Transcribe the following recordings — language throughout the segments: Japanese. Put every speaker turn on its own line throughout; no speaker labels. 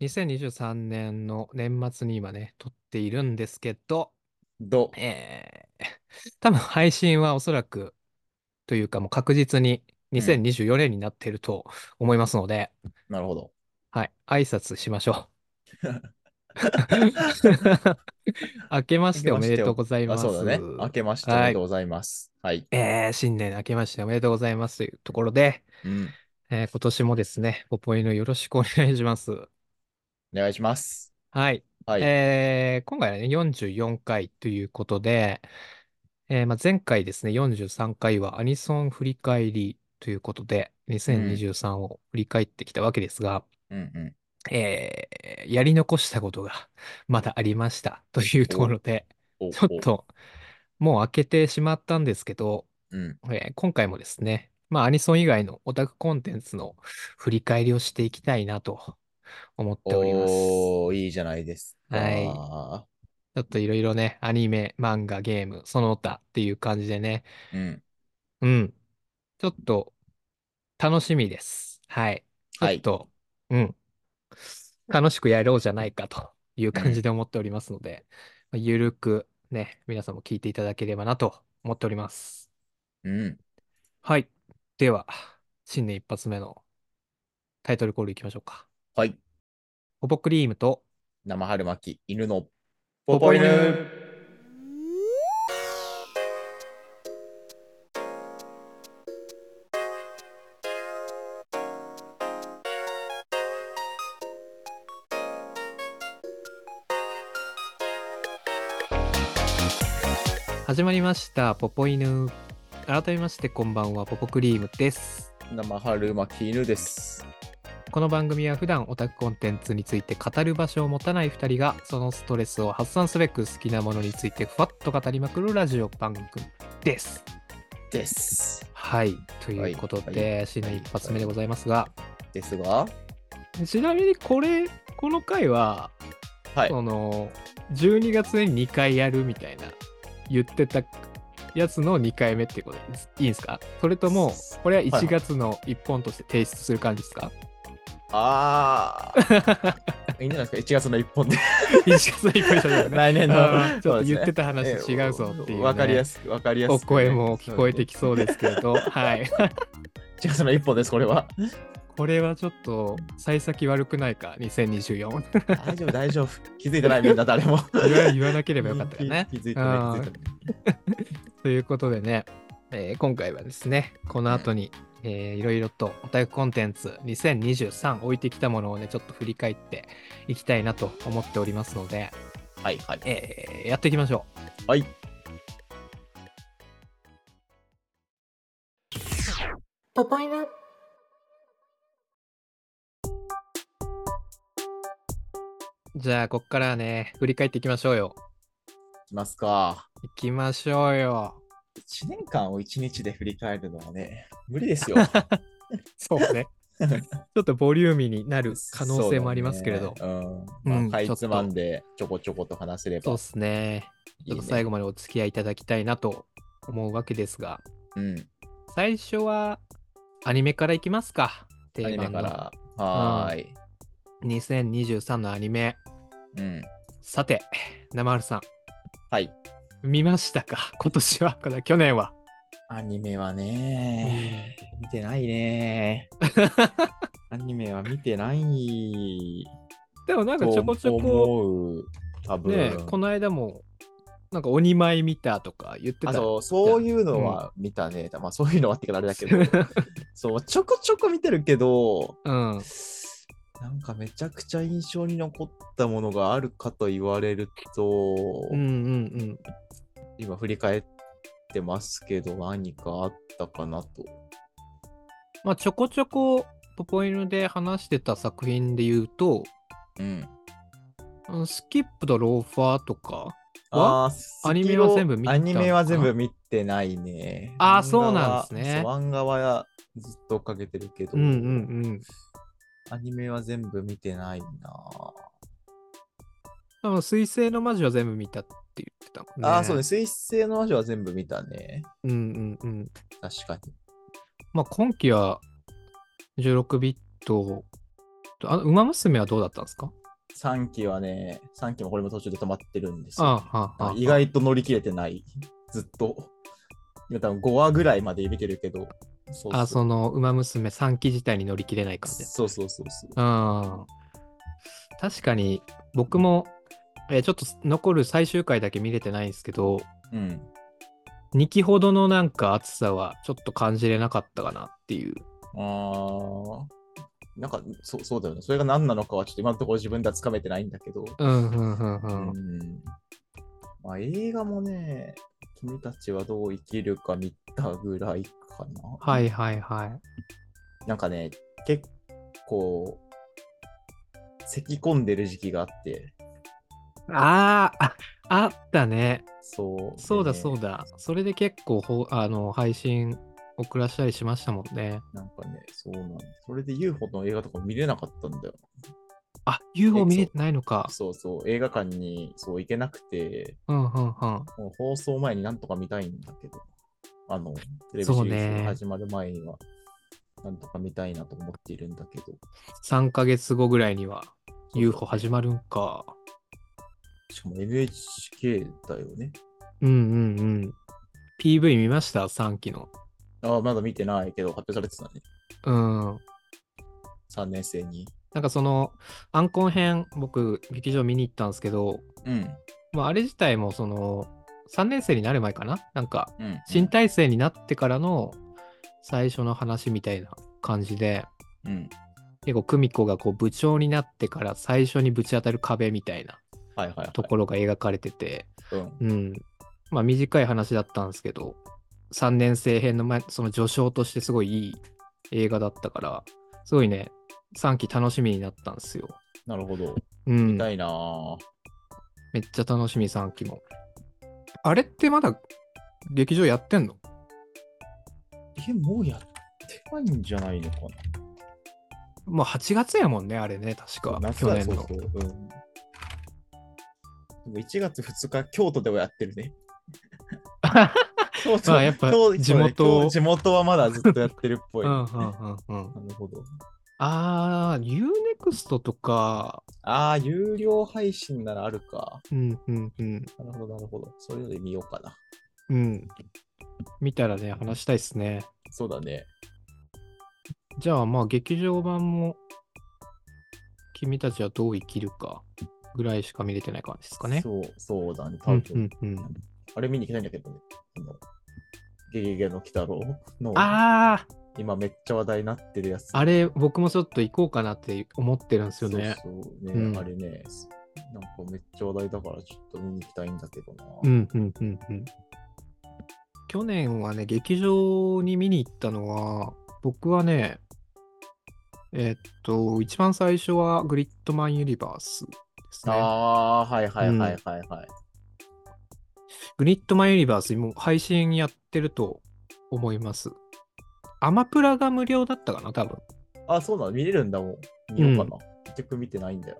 2023年の年末に今ね、撮っているんですけど、
ど、
えー、 多分配信はおそらく、というかもう確実に
うん、
2024年になっていると思いますので、
なるほど。
はい、挨拶しましょ う。明けま
明
し
け
てお
ま
め
し
で
て
とう
お、
ござい
あ、
ま
そうだ
す。
ね。明けましておめ
は
でと
い、
うございます。はい。
えー、新年明けましておめでとうございますというところで、
うん。
えー今年もですね、ポポイのよろしくお願いします。
お願いします。
はい。
はい。
えー今回はね、44回ということで、えーまあ、前回ですね、43回はアニソン振り返りということで、
うん。
2023を振り返ってきたわけですが、
うんう。
えーやり残したことが まだありましたというんとこ
お、
ろで、
お、
ちょっ
お。
ともう開けてしまったんですけど、
うん。
えー今回もですね、まあ、アニソン以外のオタクコンテンツの振り返りをしていきたいなと思っております。
おー、いいじゃないです
はい。
か。
ちょっといろいろね、アニメ、漫画、ゲーム、その他っていう感じでね、
うん。
うん、ちょっと楽しみです。はい。ちょ
は
っ
い。
と、うん、楽しくやろうじゃないかという
う
感じ
ん。
で思っておりますので、まあゆるくね、皆さんも聞いていただければなと思っております。
うん。
はい。では、新年一発目のタイトルコールいきましょうか。
はい。
ポポクリームと
生春巻き、犬のポ
ポ
ポ
ポ犬。
犬。
始まりました、ポポ犬。改めまして、こんばんは、ポポクリームです。
生春巻き、犬です。
この番組は普段オタクコンテンツについて語る場所を持たない2人がそのストレスを発散すべく好きなものについてふわっと語りまくるラジオ番組です。
です。
はい。とい
は
う
い。
こと
はい。
で、新
は
年
い。
一発
は
目で
い。
ございますが、
ですが、
ちなみにこれ、この回は、
はい。
その、12月に2回やるみたいな言ってたやつの2回目っていうことでいいんですかそれとも、これは
はい
1
はい。
月の1本として提出する感じですか
あー、いいんじゃないですか。1月の1本で。
一月の一本にしましょうかね。
来年の、
あーちょっと
そうです
言って
ね。
た話
え、
と違うぞって
お
いう
わかりや
ね、
すく、わかりや
お
すく
声
ね。
も聞
そういう
こえ
こ
て
と。
きそうですけれ ど、はい。
違う、その一本です、これは。
これはちょっと、幸先悪くないか、2024。
大丈夫、大丈夫。気づいてない、みんな、誰も。
言わ、言わなければよ
み
か
ん
っ
な
たか
気
ね。
気づいうてない、気づい
ん。
てない。
ということでね、えー今回はですね、この
うん。
後に、えーいろいろとオタクコンテンツ2023置いてきたものをね、ちょっと振り返っていきたいなと思っておりますので、
はい、はい。
えーやっていきましょう。
はい。
ポポイヌ。
じゃあ、こっからはね、振り返っていきましょうよ。
いきますか。
いきましょうよ。
1年間を1日で振り返るのはね、無理 ですよ。
そう ね。ちょっとボリューミーになる可能
そう
性
だ
もありますけれ
ね。
ど。
うん。
う
まあ、
ん、
か
ち
い
ょっ
つまん
と、
で、ちょこちょこと話せれ
そうっ
ば
すね。ちょっ
いい
と最
ね。
後までお付き合いいただきたいなと思うわけですが、
うん。
最初はアニメからいきますか。
ア
定
ニメ
番
か
の。
ら、
う
は
ん。
ーい。
2023のアニメ。
うん。
さて、生春さ
はい。
ん、見ましたか 今年は、この去年は。
アニメは
う
ね、
ん。
見てな いね。アニメは見てない
でもなんか
と
ちょこちょこ、
思う、多
ね、こ
分。
の間も、なんか鬼舞見たとか言って
あ、
た
そう、
じゃ
そうい
ん。
う
う
の
ん。
は見たね。まあ、そういうのはってからあれだけど、そう、ちょこちょこ見てるけど、
うん。
なんかめちゃくちゃ印象に残ったものがあるかと言われる
う
と、
んうんうん。
今振り返ってますけど、何かあったかなと。
まあ、ちょこちょこ、ポポイヌで話してた作品で言うと、
うん。
うんスキップとローファーとかは、
ああ、
ア
ス
ニ
キ
メは
ロ、
全部見
アニ
た
メ
の
は
か
全
な
部見てないね。
ああー、
漫
そう
画
なんです
は、そう、
ね。
漫画はずっとかけてるけ
うんう
ど、
んうん。
アニメは全部見てないな。
でも、水星の魔女は全部見たって言ってたもん
ああ、そう
ね。
ね。水星の魔女は全部見たね。
うんうんうん。
確かに。
まあ、今期は16ビットと、あの、馬娘はどうだったんですか
3期はね、3期もこれも途中で止まってるんですよ。
ああ、はあ、はあ。
意外と乗り切れてない。ずっと。今多分5話ぐらいまで見てるけど。そう
あ、
そう
その、馬娘3期自体に乗り切れない感じ。
そうそうそうそう。
うん。確かに、僕も、えーちょっと残る最終回だけ見れてないんですけど、
うん。
2期ほどのなんか暑さはちょっと感じれなかったかなっていう。
あーなんかそうそうだよね。それが何なのかはちょっと今のところ自分ではつかめてないんだけど。
うん、うん、うん、うん。
うんまあ、映画もね、君たちはどう生きるか見たぐらいかな。
はい、はい、はい。
なんかね、結構、咳き込んでる時期があって、
あーあ、あったね。
そう。
そうだ
でね
そうだ。それで結構ほあの配信遅らしたりしましたもんね。
なんかね、そうなんだそれで UFO の映画とか見れなかったんだよ。
あ、UFO 見れてないのか。
そうそう、映画館にそう行けなくて、
うんうんうん。
もう放送前になんとか見たいんだけど、あの、テレビシ
そう
リ
ね
ーズが始まる前には、なんとか見たいなと思っているんだけど。
3ヶ月後ぐらいには UFO 始まるんか。
しかも NHK だよね。
うんうんうん。PV 見ました ?3 期の。
ああ、まだ見てないけど、発表されてたね。
うん。
3年生に。
なんかその、アンコン編、僕、劇場見に行ったんですけど、
うん。
まあ、あれ自体もその、3年生になる前かななんか、
うん。
新体制になってからの最初の話みたいな感じで、
うん。
結構久美子がこう部長になってから最初にぶち当たる壁みたいな
はいはいはい。
ところが描かれてて、
うん。
うんまあ短い話だったんですけど3年生編の前その序章としてすごいいい映画だったからすごいね3期楽しみになったんですよ、
なるほど。
うん、
見
め
たいなぁ
っちゃ楽しみ3期もあれってまだ劇場やってんの
え、もうやってないんじゃないのかな
もう8月やもんねあれね確か
夏
去
だ
年の
そうそう、うん。でも1月2日、京都ではやってるね。京都
まあやっぱ
京都
地元
京地元はまだずっとやってるっぽい。
う
な
う
ん
んうんうん
るほど。
ああ UNEXT とか
ああ、有料配信ならあるか。
うんうんうん
なるほど、なるほど。そういうので見ようかな。
うん。見たらね、話したいっすね。
そうだね。
じゃあ、まあ、劇場版も、君たちはどう生きるかぐらいしか見れてない感じですかね。
そう、そうだね。多
う
分
んうんうん。
あれ見に行きたいんだけどね。あのゲゲゲの鬼太郎の
ああ、
今めっちゃ話題になってるやつ。
あれ、僕もちょっと行こうかなって思ってるんですよね。
そうそうね、
うん
あれね、なんかめっちゃ話題だからちょっと見に行きたいんだけどな。
うんうんうんうん。去年はね、劇場に見に行ったのは、僕はね、えっと、一番最初はグリッドマンユニバースですね。
ああー、はいはいはいはいはい。
グリッドマンユニバース、もう配信やってると思います。アマプラが無料だったかな、多分。
あ、そうなの見れるんだもん。見ようかな。結局見てないんだよ。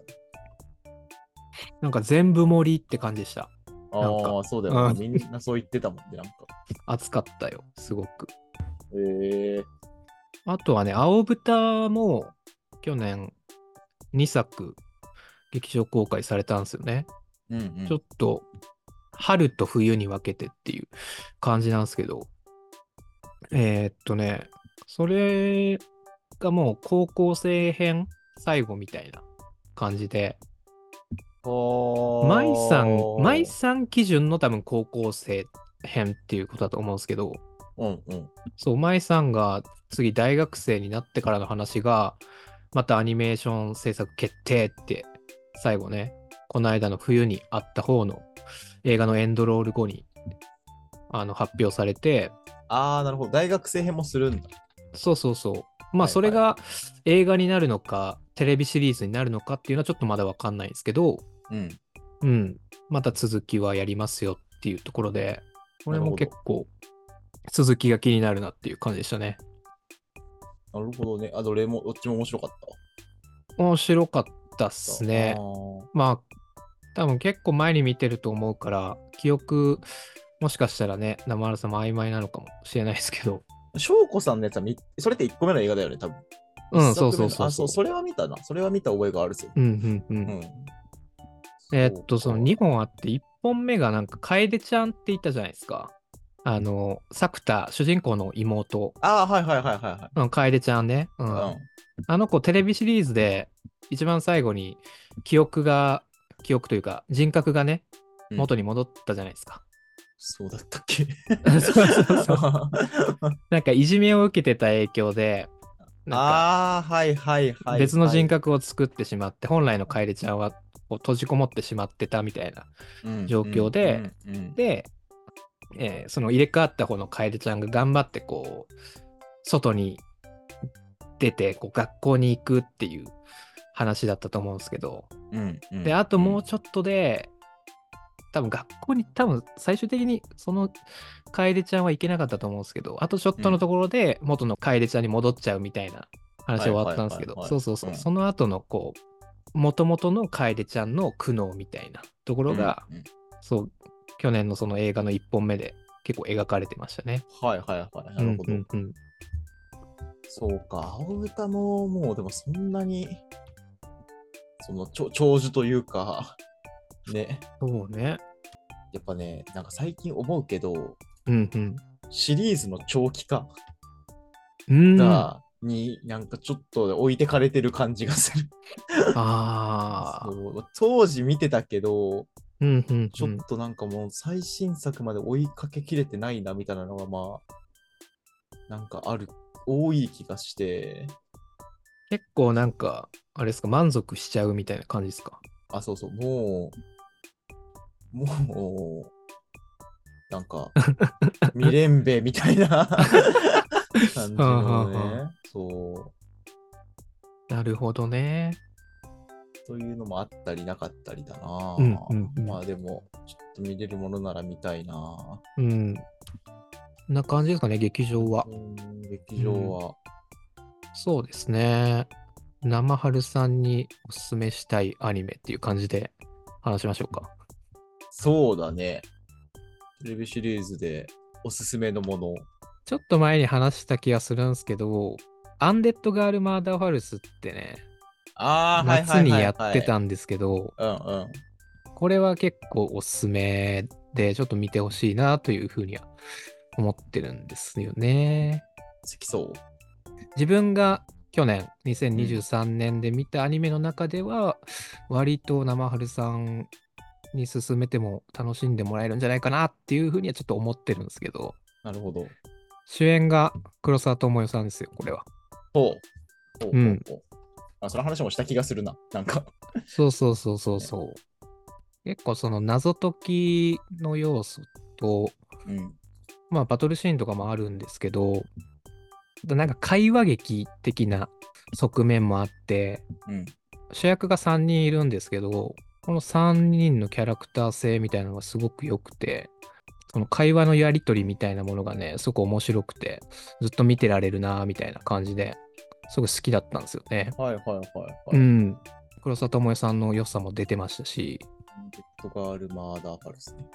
なんか全部盛りって感じでした。なんか
ああ、そうだよ、
う
ね。みんなそう言ってたもんね、な んか。
熱かったよ、すごく。
ええ
あとはね、青豚も去年2作劇場公開されたんですよね。
うん、うん。
ちょっと春と冬に分けてっていう感じなんですけど、えーっとね、それがもう高校生編最後みたいな感じで、
と
舞さん、舞さん基準の多分高校生編っていうことだと思うんですけど、
うんうん。
そう、舞さんが次大学生になってからの話が、またアニメーション制作決定って、最後ね、この間の冬にあった方の映画のエンドロール後に、あの、発表されて、
ああ、なるほど。大学生編もするんだ。
そうそうそう。
はい
ま
は
あ、
い
それが映画になるのか、テレビシリーズになるのかっていうのはちょっとまだわかんないんですけど、
うん。
うん、また続きはやりますよっていうところで、これも
なる
結構、続きが気になるなっていう感じでしたね。
なるほどね。あ、どれも、どっちも面白かっ
面白かったっ
た。
すね
あ。ー
まあ、多分結構前に見てると思うから、記憶、もしかしたらね、生原さんも曖昧なのかもしれないですけど、
翔子さんのやつはみ、それって1個目の映画だよね、多分。
うん
一作目の
そうそうそうそう
あ、そう、それは見たな。それは見た覚えがあるぞ。
うんうんうん。
うん。
えーっと、
うか
その2本あって、1本目がなんか、楓ちゃんって言ったじゃないですか。あの、作田、主人公の妹、
ああ、はいはいはいはいはい。
うん、楓ちゃんね、うん
うん。
あの子、テレビシリーズで、一番最後に、記憶が、記憶というか、人格がね、
うん
元に戻ったじゃないですか。
そうだったっけ
そうそうそう。
あ
なんか、いじめを受けてた影響で、なん
あー、はいはいはい、は
か、
い。
別の人格を作ってしまって、本来の楓ちゃんは、こう閉じこもってしまってたみたいな状況で、
うんうんうん
で、えーその入れ替わった方の楓ちゃんが頑張ってこう外に出てこう学校に行くっていう話だったと思うんですけど
うんうん
であともうちょっとで多分学校に多分最終的にその楓ちゃんは行けなかったと思うんですけどあとちょっとのところで元の楓ちゃんに戻っちゃうみたいな話終わったんですけ
は
ど
いはいはい
そう
はい
そうそう、
うん
その後のこう元々の楓ちゃんの苦悩みたいなところが、
うんうん
そう、去年のその映画の1本目で結構描かれてましたね。
はいはいはい。なるほど。
うんうんうん
そうか、青歌ももうでもそんなに、そのちょ長寿というか、ね、
そうね。
やっぱね、なんか最近思うけど、
うんうん。
シリーズの長期化
うん、あ
が、になんかちょっと置いてかれてる感じがする。
あ
そ
ー。
う当時見てたけど、
うんうん
ち
う
ょっ
ん。
となんかもう最新作まで追いかけきれてないなみたいなのがまあ、なんかある、多い気がして、
結構なんか、あれですか、満足しちゃうみたいな感じですか。
あ、そうそう、もう、もう、な んか、未練べみたいな感じの
はあは
ね、そう。
なるほどね。
というのもあったりなかったりだな、
うんうんうん
まあでも、ちょっと見れるものなら見たいな
うん。こんな感じですかね、劇場は
う。ん劇場は。
そうですね。生春さんにおすすめしたいアニメっていう感じで話しましょうか。
そうだね。テレビシリーズでおすすめのもの。
ちょっと前に話した気がするんですけど、アンデッドガール・マーダー・ファルスってね、
ああ、はいは
夏
いはい、
に
はい。
やって。たんですけど、
うんうん。
これは結構おすすめで、ちょっと見てほしいなというふうには思ってるんですよね。
好きそう。
自分が去年、2023年で見たアニメの中では、割と生春さんに勧めても楽しんでもらえるんじゃないかなっていうふうにはちょっと思ってるんですけど、
なるほど。
主演が黒沢智代さんですよ、これは。
ほう。ほうほうほう。
うん
あ、その話もした気がするな。なんか。
そうそうそうそうそう。結構その謎解きの要素と、
うん。
まあバトルシーンとかもあるんですけど、なんか会話劇的な側面もあって、
うん。
主役が3人いるんですけど、この3人のキャラクター性みたいなのがすごく良くて、その会話のやりとりみたいなものがね、すごく面白くて、ずっと見てられるなみたいな感じですごく好きだったんですよね。
はいはいはいは
う
い。
ん。黒沢智代さんの良さも出てましたし、
ジェットガールマーダーパルスね。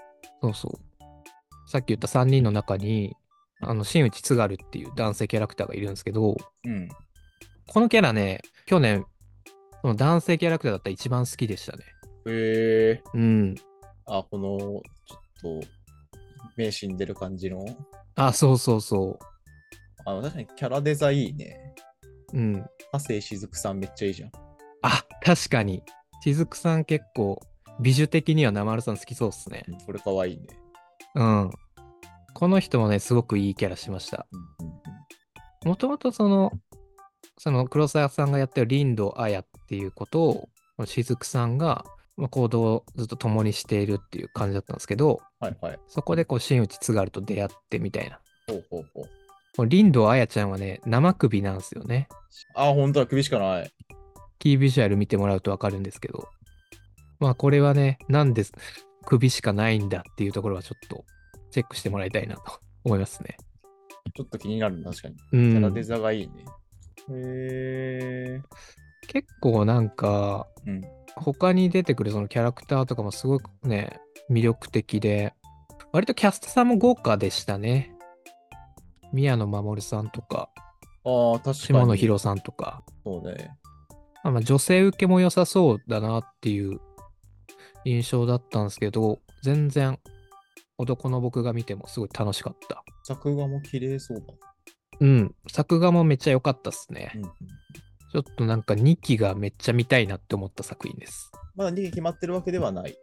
そうそう。さっき言った3人の中に、あの、新内津軽っていう男性キャラクターがいるんですけど、
うん。
このキャラね、去年、その男性キャラクターだったら一番好きでしたね。
へえ。
うん。
あ、この、ちょっと、名刺に出る感じの。
あ、そうそうそ
あ、確かにキャラデザいいね。
う。うん。
亜生しずくさんめっちゃいいじゃん。
あ、確かに。雫さん結構、美女的には生丸さん好きそうっすね。
これかわいいね。
うん。この人もね、すごくいいキャラしました。
うんうんうん
もともとその、その黒沢さんがやってる林道綾っていうことを、この雫さんがまあ行動をずっと共にしているっていう感じだったんですけど、
はいはい。
そこでこう新内津軽と出会ってみたいな。
ほうほうほう。
この林道綾ちゃんはね、生首なんですよね。
あ、ほんとだ、首しかない。
キービジュアル見てもらうとわかるんですけど、まあこれはね、なんで 首しかないんだっていうところはちょっとチェックしてもらいたいなと 思いますね。
ちょっと気になるな、確かに。
う
キャラデ
ん、
ザがいいね。へえ。
結構なんか、
うん。
他に出てくるそのキャラクターとかもすごくね、魅力的で、割とキャストさんも豪華でしたね。宮野真守さんとか、
ああ、確かに。
下野紘さんとか、
そうね。
まあまあ、女性受けも良さそうだなっていう印象だったんですけど、全然男の僕が見てもすごい楽しかった。
作画も綺麗そうだ。
うん、作画もめっちゃ良かったっすね。
うんうん、
ちょっとなんか2期がめっちゃ見たいなって思った作品です。
まだ2期決まってるわけではないん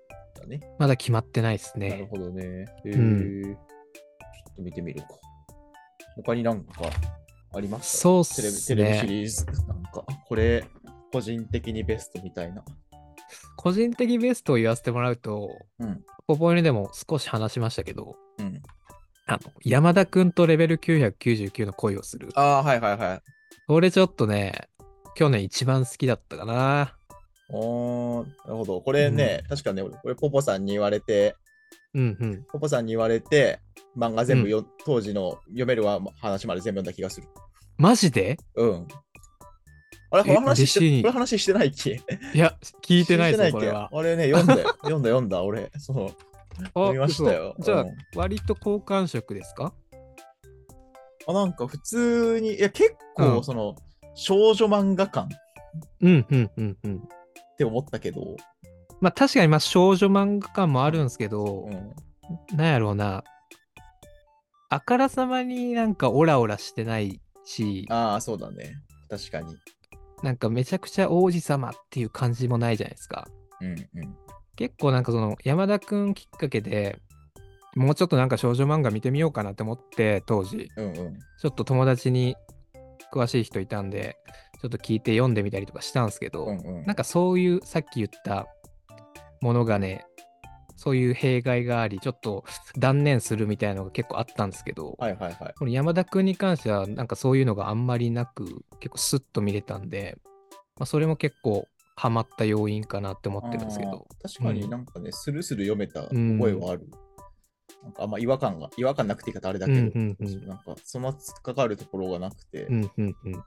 だね。
まだ決まってないです
なる
ね。
ほどね。えー
ん
ちょっと見てみるか。他になんかあります
そうっ
テレビ
す
テレビシ
ね。
リーズ。なんか、これ、個人的にベストみたいな。
個人的ベストを言わせてもらうと、
うん。
ポポイネでも少し話しましたけど、
うん、
あの、山田くんとレベル999の恋をする。
ああ、はいはいはい。
これちょっとね、去年一番好きだったかな。
おーなるほど。これね、確かね、俺、俺ポポさんに言われて、
うんうん。
ポポさんに言われて、漫画全部
うん
よ、当時の読めるは話まで全部読んだ気がする。
マジで
うん。あれ、こ
え
の話し、
嬉してい
これ話してないっけ
いや、聞いてない
聞
ぞ、
っけ
これは。
あれね、読んだよ。読んだ、読んだ、俺。そう。
あ
読みましたよ。
嘘じゃあ
うん、
割と好感触ですか
あなんか普通に、いや、結構、
うん
その、少女漫画感っ
うんうんうんうん。
て思ったけど、
まあ確かにまあ少女漫画感もあるんですけど
う、ん、
なんやろうな、あからさまになんかオラオラしてないし、
ああ、そうだね。確かに。
なんかめちゃくちゃ王子様っていう感じもないじゃないですか。
うんうん。
結構なんかその山田くんきっかけでもうちょっとなんか少女漫画見てみようかなって思って当時
うんうん。
ちょっと友達に詳しい人いたんでちょっと聞いて読んでみたりとかしたんですけど、
うんうん、
なんかそういうさっき言ったものがねそういう弊害がありちょっと断念するみたいなのが結構あったんですけど、
はいはいはい。
この山田くんに関してはなんかそういうのがあんまりなく結構スッと見れたんで、まあ、それも結構ハマった要因かなって思ってるんですけど。
あー確か
う
に
ん
なんかね、スルスル読めた覚えはある。なんかあんま違和感が、違和感なくて言い方あれだけど、
うんうんうん
なんかその突っかかるところがなくて、
うんうんうん。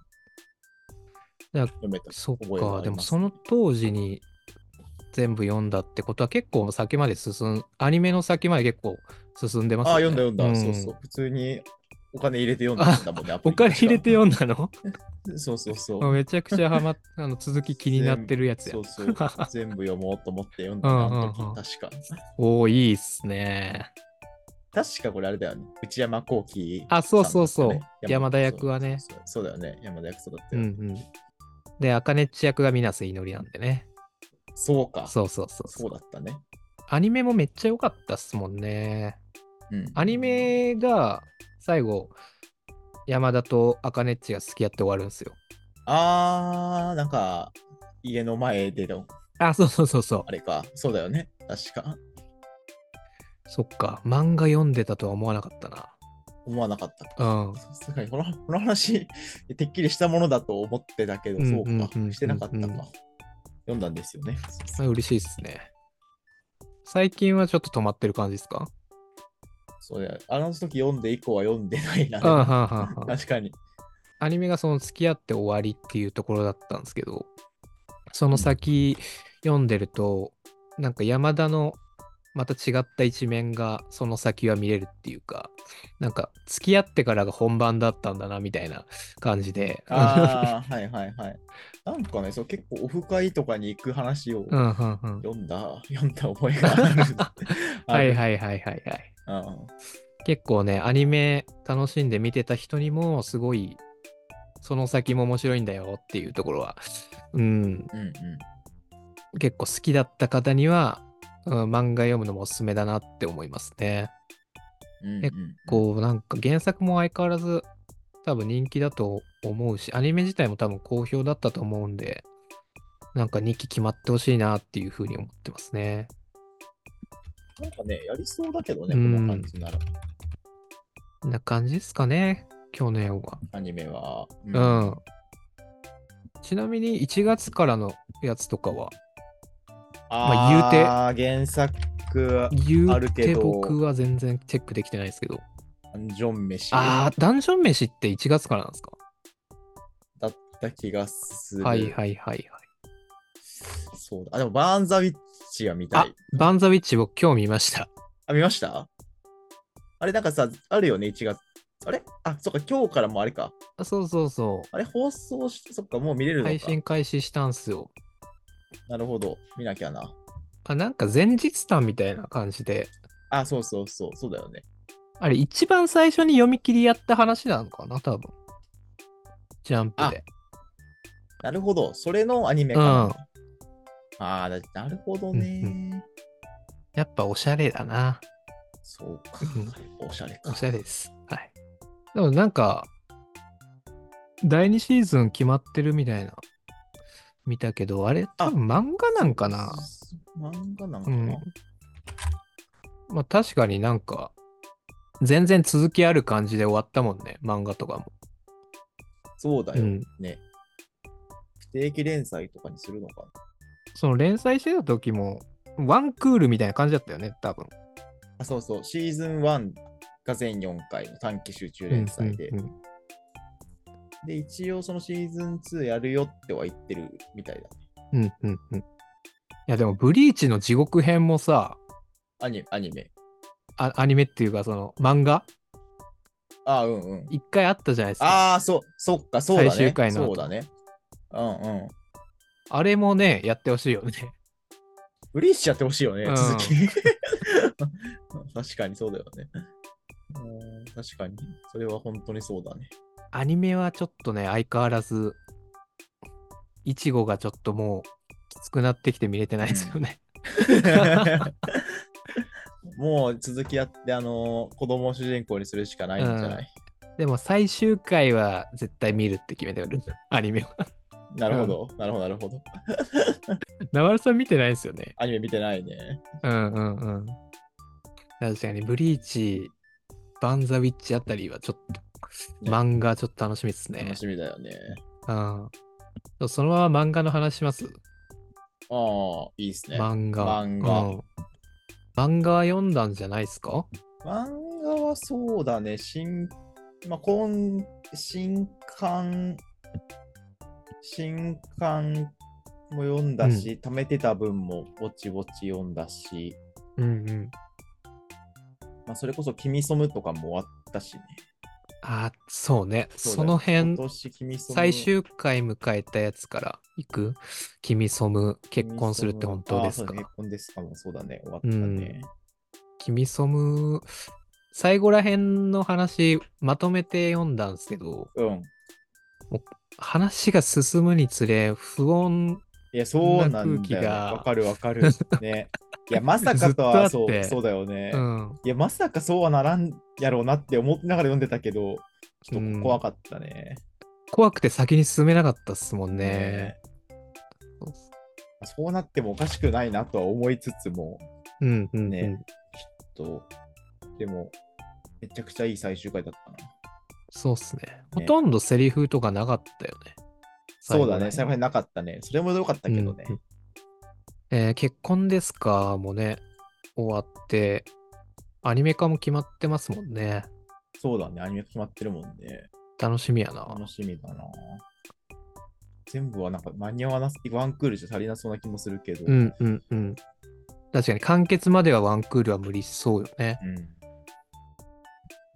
読めた
そっ
覚えがあ
か、
り
で
ま
も
す
その当時に全部読んだってことは結構先まで進ん、アニメの先まで結構進んでます
ああ、
よね。
読んだ読んだ、
う
そうそう。普通にお金入れて 読んでたもんね、アプ
お
リ確
金
か
入れて読んだの
そうそうそう。
めちゃくちゃハマっあの続き気になってるやつや
そ。うそう。全部読もうと思って読んだ
う
な、
ん
あ
うんうん
の時確か。
おーいいっすね。
確かこれあれだよね。内山幸輝、
あそうそうそう
さんだったよね
山田役はね
そうそうそうだよね。山田役そうだった
う
よ
んう
ね、
ん。で、アカネッチ役が水瀬祈りなんでね。
そうか。
そうそうそう
そうだったね。
アニメもめっちゃ良かったっすもんね。
うん
アニメが最後、山田とアカネッチが付き合って終わるんですよ。
あー、なんか、家の前での、
あ、そうそうそうそう
あ。れか。そうだよね。確か。
そっか、漫画読んでたとは思わなかったな。
思わなかった。
うん。
さすがにこのこの話、てっきりしたものだと思ってたけど、
うん
そ
う
う
ん
か
うんうん、
してなかった
う
か
ん。
読んだんですよね。
それ嬉しいっすね。最近はちょっと止まってる感じですか
そうだよ。あの時読んで以降は読んでないな。
うん、はんはんはん。
確かに。
アニメがその付き合って終わりっていうところだったんですけど、その先読んでると、なんか山田のまた違った一面がその先は見れるっていうか、なんか付き合ってからが本番だったんだなみたいな感じで。
ああ、はいはいはい。なんかね、そう結構オフ会とかに行く話を
うんうんうん。
読んだ、読んだ覚えがあ る。
はい
い。
はいはいはいはい。
うん
結構ねアニメ楽しんで見てた人にもすごいその先も面白いんだよっていうところはうん
うんうん。
結構好きだった方には、うん漫画読むのもおすすめだなって思いますね
うん
結
うん
こうなんか原作も相変わらず多分人気だと思うしアニメ自体も多分好評だったと思うんでなんか2期決まってほしいなっていうふうに思ってますね
なんかね、やりそうだけど
う
ね、こ
ん
の感じなら、
こんな感じですかね去年は
アニメは。う
う。ん。ちなみに1月からのやつとかは、
ああ、言うて。原作、
言
あ
う
る
て
けど
僕は全然チェックできてないですけど。
ダンジョン飯だ
ああ、ダンジョン飯って1月からなんですか
った気がする。
はいはいはいはい。
そうだ。あ、でも、バーンザウィッチは見た
あ
い。、
バンザウィッチ僕今日見ました。
あ、見ましたあれ、なんかさ、あるよね、1月あれあ、そっか、今日からもうあれか。
あそうそうそ
あれ、放送して、そっか、もう見れる
う。
の
配
か。
信開始したんすよ。
なるほど。見なきゃな。
あ、なんか前日談みたいな感じで。
あ、そうそうそう、そうだよね。
あれ、一番最初に読み切りやった話なのかな、多分。ジャンプで。
なるほど。それのアニメかな。ああ、だなるほど
う
ね。
やっぱおしゃれだな。
そうか
うん。
おしゃれ
お
か。
しゃれです。はい。でもなんか、第2シーズン決まってるみたいな、見たけど、あれ、多分漫画なんかな。
漫画なんか
う
な、
ん。まあ確かになんか、全然続きある感じで終わったもんね、漫画とかも。
そうだ
う
よ
ん。
ね。不定期連載とかにするのかな。
その連載してた時も、ワンクールみたいな感じだったよね、多分。
あ、そうそう。シーズン1が全4回の短期集中連載で。
うんうんうん
で、一応そのシーズン2やるよっては言ってるみたいだ。
うんうんうん。いやでも、ブリーチの地獄編もさ、
アニアニメ。
あアニメっていうか、その漫画、
ああ、うんうん。
一回あったじゃないですか。あ
ああ、そう、そっか、そうだね。
最終回の後
そうだね。うんうん。
れもね、やってほしいよね。
ブリーチやってほしいよね、
うん
続き。 確かにそうだよね。うん確かに。それは本当にそうだね。
アニメはちょっとね、相変わらず、いちごがちょっともう、きつくなってきて見れてないですよね。
もう続きやって、あのー子供を主人公にするしかないんじゃない、
でも、最終回は絶対見るって決めてる、 アニメは。
なるほど、なるほど、なるほど。
ナワルさん見てないんですよね。
アニメ見てないね。
うんうんうん。確かに、ブリーチ、バンザウィッチあたりはちょっと、
ね
漫画ちょっと楽しみですね。
楽しみだよね。
うん。そのまま漫画の話します。
ああ、いいっすね。漫
漫画。
漫画
うん漫画は読んだんじゃないですか
画はそうだね。新、まあ、今、新刊、新刊も読んだし、貯めてた分もぼちぼち読んだし、
うんうん。
まあ、それこそ、君ソムとかも終わったしね。
あ、そうね。そ
そうだよ
の
今
辺、
年君ソム
最終回迎えたやつから行く君ソム、結婚するって本当です
あそう
か
だね結婚ですかも、そうだね。終わったね。
君ソム、最後ら辺の話、まとめて読んだんですけど、
うん。
話が進むにつれ、不穏、
いや、そうなんだ
そんな空
よ、
気
ね。
が
わかるわかる。 ね。いや、まさかと
ずっ
は、
とあっ
そ
て
う、そうだよね。
うん。
いや、まさかそうはならんやろうなって思ってながら読んでたけど、ちょっと怖かったね。
怖くて先に進めなかったっすもんね。そうっす
そうなってもおかしくないなとは思いつつも、
うんうん、うん
ねちょっと、でも、めちゃくちゃいい最終回だったな。
そうっすね。ほとんどセリフとかなかったよね。
そうだ
最
ね、最
後
後
ら
になかったね。それも良かったけどね。
うんうんえー結婚ですかもね、終わって、アニメ化も決まってますもんね。
そうだね、アニメ決まってるもんね。
楽しみやな。
楽しみだな。全部はなんか間に合わなすワンクールじゃ足りなそうな気もするけど。
う。んうんうん。確かに完結まではワンクールは無理そうよね。
うん、今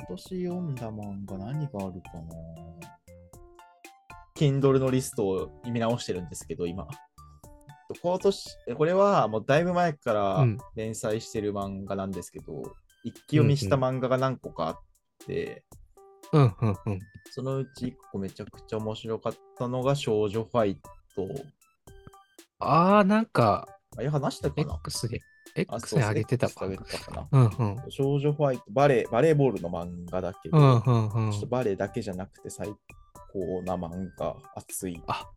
年読んだ漫画何があるかな Kindle のリストを見直してるんですけど、今。今年、これはもうだいぶ前か
う
ら
ん。
連載してる漫画なんですけど、一気読みした漫画が何個かあって、
うんうんうん。
そのうち1個めちゃくちゃ面白かったのが少女ファイト。
あー、なんか、
あれ話したかな
X で、
あ
X に上げてたか。
そう
う
で
ん
す X 上げてたかな。
うん。
少女ファイト、バレー、バレーボールの漫画だけど、
うんうんうん
ちょっと。バレーだけじゃなくて最高な漫画、熱い。あ、
あ、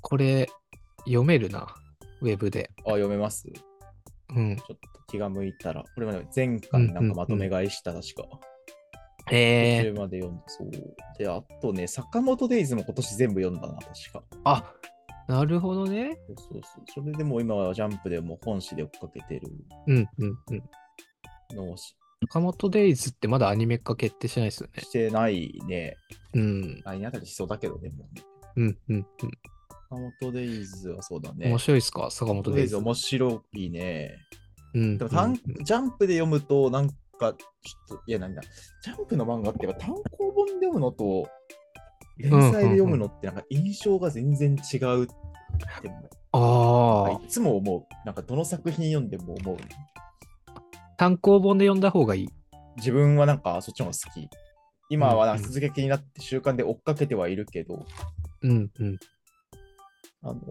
これ、読めるな。ウェブで。
読めますち
うん。
ょっと気が向いたら。これまで前回なんかまとめ買いした、確か。途
え
中まで読んだ。そう。で、あとね、坂本デイズも今年全部読んだな、確か。
ー、あ、なるほどね。
そうそうそう。それでもう今はジャンプでもう本誌で追っかけてる
うんうんうん。
のをし
坂本デイズってまだアニメ化決定してないですよね。
してないね。
うん。
来年あたりしそうだけどね、もうね。
うんうんうん。
坂本デイズはそうだね。
面白いっすか坂
坂
本
本
デ
デ
イ
イ
ズ。
ズ面白いね。
うんうんうん
でも単ジャンプで読むとなん画、ちょっと、いや、なんだ、ジャンプの漫画ってやっぱ単行本で読むのと、連載で読むのって、なんか印象が全然違うって、
ああ
い、つも思う。なんか、どの作品読んでも思う。
単行本で読んだ方がいい。
自分はなんか、そっちの方が好き。今はなんか続け気になって習慣で追っかけてはいるけど、
うんうん。
あのー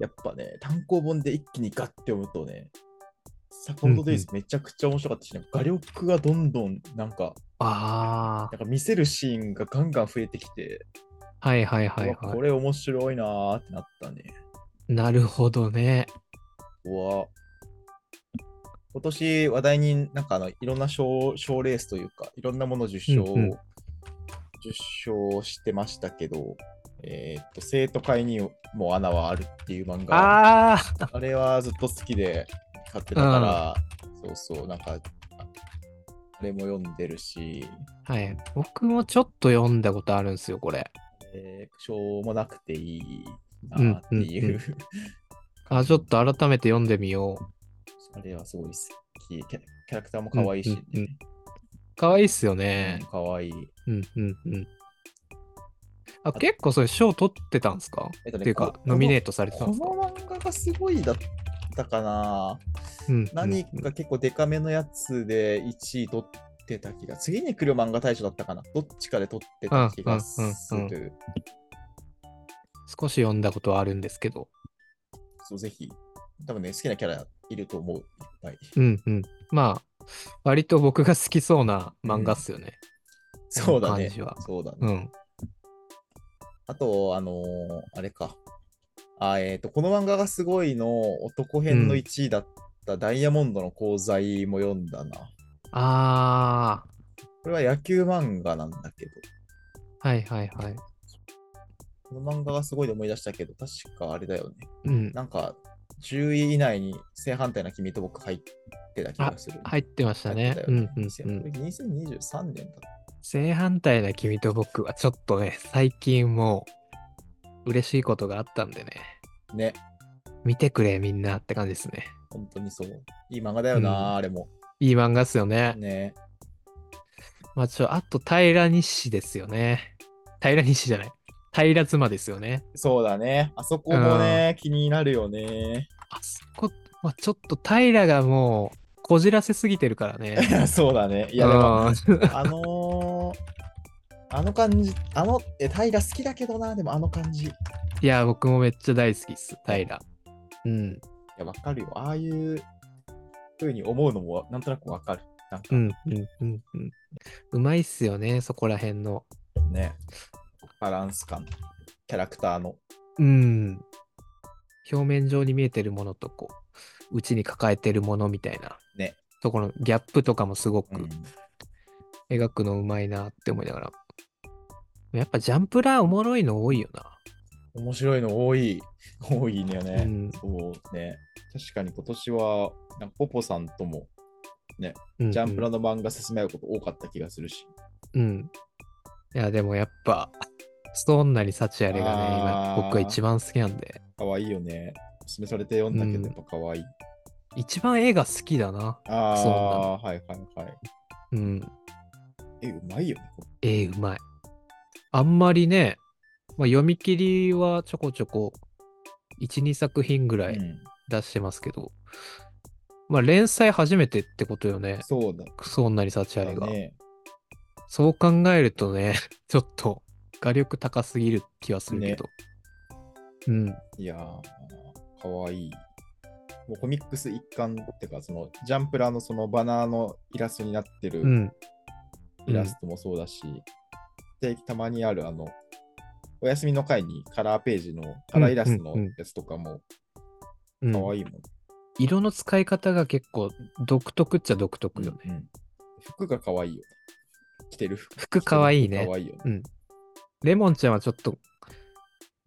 やっぱね、単行本で一気にガッて読むとね、サコンドデイズめちゃくちゃ面白かったし、ね画力がどんどんなんか、
あ
なんか見せるシーンがガンガン増えてきて、
あ、はいはいはいう
わこ
は
れ面白いなーってなったね。
い。なるほどね。
うわ今年話題になんかあのいろんな賞賞レースというか、いろんなもの受賞、
うんうん
受賞してましたけど、えーっと、生徒会にも穴はあるっていう漫画。
ああ、
あれはずっと好きで買ってたから、そうそう、なんか、ああれも読んでるし、
はい。僕もちょっと読んだことあるんですよ、これ。
えーしょうもなくていいなっていう、
うんうんうあ、ちょっと改めて読んでみよう。
あれはすごい好き。キャキャラクターも可愛いし、ね
うんうんかわいいっすよね。
可愛い
うんうんうん。あ、結構それ賞取ってたんですか
えっとね
っていうか
こ、
ノミネートされてたん
こ
ですか
の漫画がすごいだったかな。
うんうん
何か結構デカめのやつで1位取ってた気が、次に来る漫画大賞だったかな。どっちかで取ってた気がす
うんうんうんうん
る。
少し読んだことはあるんですけど。
そう、ぜひ。多分ね、好きなキャラいると思う。いっぱい。
うんうん。まあ、割と僕が好きそうな漫画っすよね。
そうだね
感じは。
そうだね。
うん。
あと、あのーあれか。あえっ、と、この漫画がすごいの男編の
うん
1位だったダイヤモンドの功罪も読んだな。
あ
これは野球漫画なんだけど。
あ、はいはいはい。
この漫画がすごいで思い出したけど、確かあれだよね。
うん。
なんか、10位以内に正反対な君と僕入ってた気がする。
入ってましたね
入。って
う
たよ
んうんうん。
2023年だった。
正反対な君と僕はちょっとね、最近もう嬉しいことがあったんでね、
ね、
見てくれみんなって感じですね。
本当にそう。いい漫画だよな、
うん
あれも。
いい漫画っすよね。
ね。
まあちょ、あと平西ですよね。平西じゃない。平妻ですよね。
そうだね。あそこもね、気になるよね。
あそこ、まあ、ちょっと平がもうこじらせすぎてるからね。
そうだね。 いや、でも、あのーあの感じ、あの、え、平好きだけどな、でもあの感じ。い
いや、僕もめっちゃ大好きっす、平。うん、
や、わかるよ。ああいう風に思うのも、なんとなくわかる。なんか
うん、うん、うん、うん。うまいっすよね、そこら辺の。
ね、バランス感、キャラクターの。
うん。表面上に見えてるものと、こう、内に抱えてるものみたいな。
ね。
ところのギャップとかもすご
う
く
ん、
描くのうまいなって思いながら。やっぱジャンプラーおもろいの多いよな。
面白いの多い、 多いんだよね。
うん
そうね。確かに今年は、なんかポポさんとも、
うん
ジャンプ
ー
ラの漫画進め合うこと多かった気がするし。
うん。いや、でもやっぱ、ストーンなりサチアレがね、今
あー
僕が一番好きなんで、
可愛いよね。おすすめされて読んだけ
うん
ど、やっぱ可愛い。
一番絵が好きだな。そう
ああ、はいはいはい。
うん。
え、うまいよね。
絵うまい。あんまりね、まあ、読み切りはちょこちょこ、1、2作品ぐら
う
い
ん
出してますけど、まあ連載初めてってことよね。
そうだ
ストーンなりサチアレが。
ね。
そう考えるとね、 ちょっと画力高すぎる気はするけど。うん。
いやー、可愛いもうコミックス一貫ってか、そのジャンプラのそのバナーのイラストになって
う
る
ん。
イラストもそうだし、定期たまにあるあの、お休みの回にカラーページのカラーイラストの
うんうんうん
やつとかも
うん
可愛いもん。
色の使い方が結構独特っちゃ独特よね。
うん服が可愛いよ。着てる服。
服可愛いね
着てる服可愛いよね。
レモンちゃんはちょっと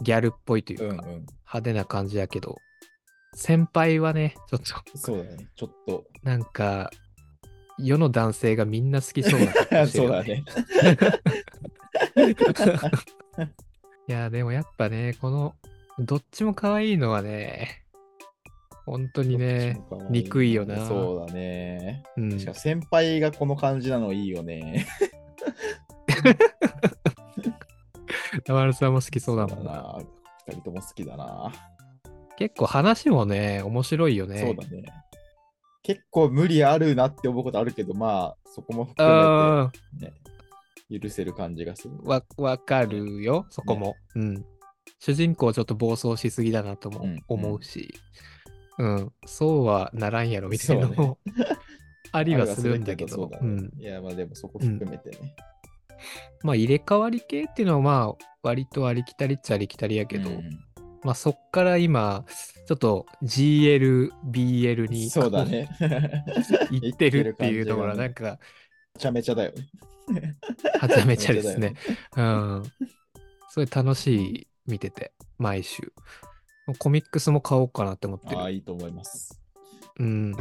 ギャルっぽいといううんか、
うん。
派手な感じやけど、先輩はね、ちょっと
そうだね。ちょっと。
なんか、世の男性がみんな好き そうな格好してる
そう
よ
だね。
いや、でもやっぱね、この、どっちも可愛いのはね、本当にね、
そうか
憎いよな
そうだね。
うん、
しかも先輩がこの感じなのいいよね。
田丸さんも好きそうだもんな。
な。二人とも好きだな。
結構話もね、面白いよね。
そうだね。結構無理あるなって思うことあるけど、まあ、そこも含
あ
めて、ね、許せる感じがする。
ーわわかるよ、そこも。うん。主人公ちょっと暴走しすぎだなとも
うん
思うし、うん、そうはならんやろみたいなの
そう
も、ありはするんだけど、
ありはするけどそう
う
だね
ん、
いや、まあでもそこ含めてね。
まあ入れ替わり系っていうのはまあ割とありきたりっちゃありきたりやけど、
うん
まあそっから今、ちょっと GLBL に
そうだね。
行ってるっていうところはなん か、
めちゃめちゃだよね。
はちゃめちゃです
め
ね。うん。それ楽しい、見てて、毎週。コミックスも買おうかなって思って
ああ、
る。
いいと思います。
うん。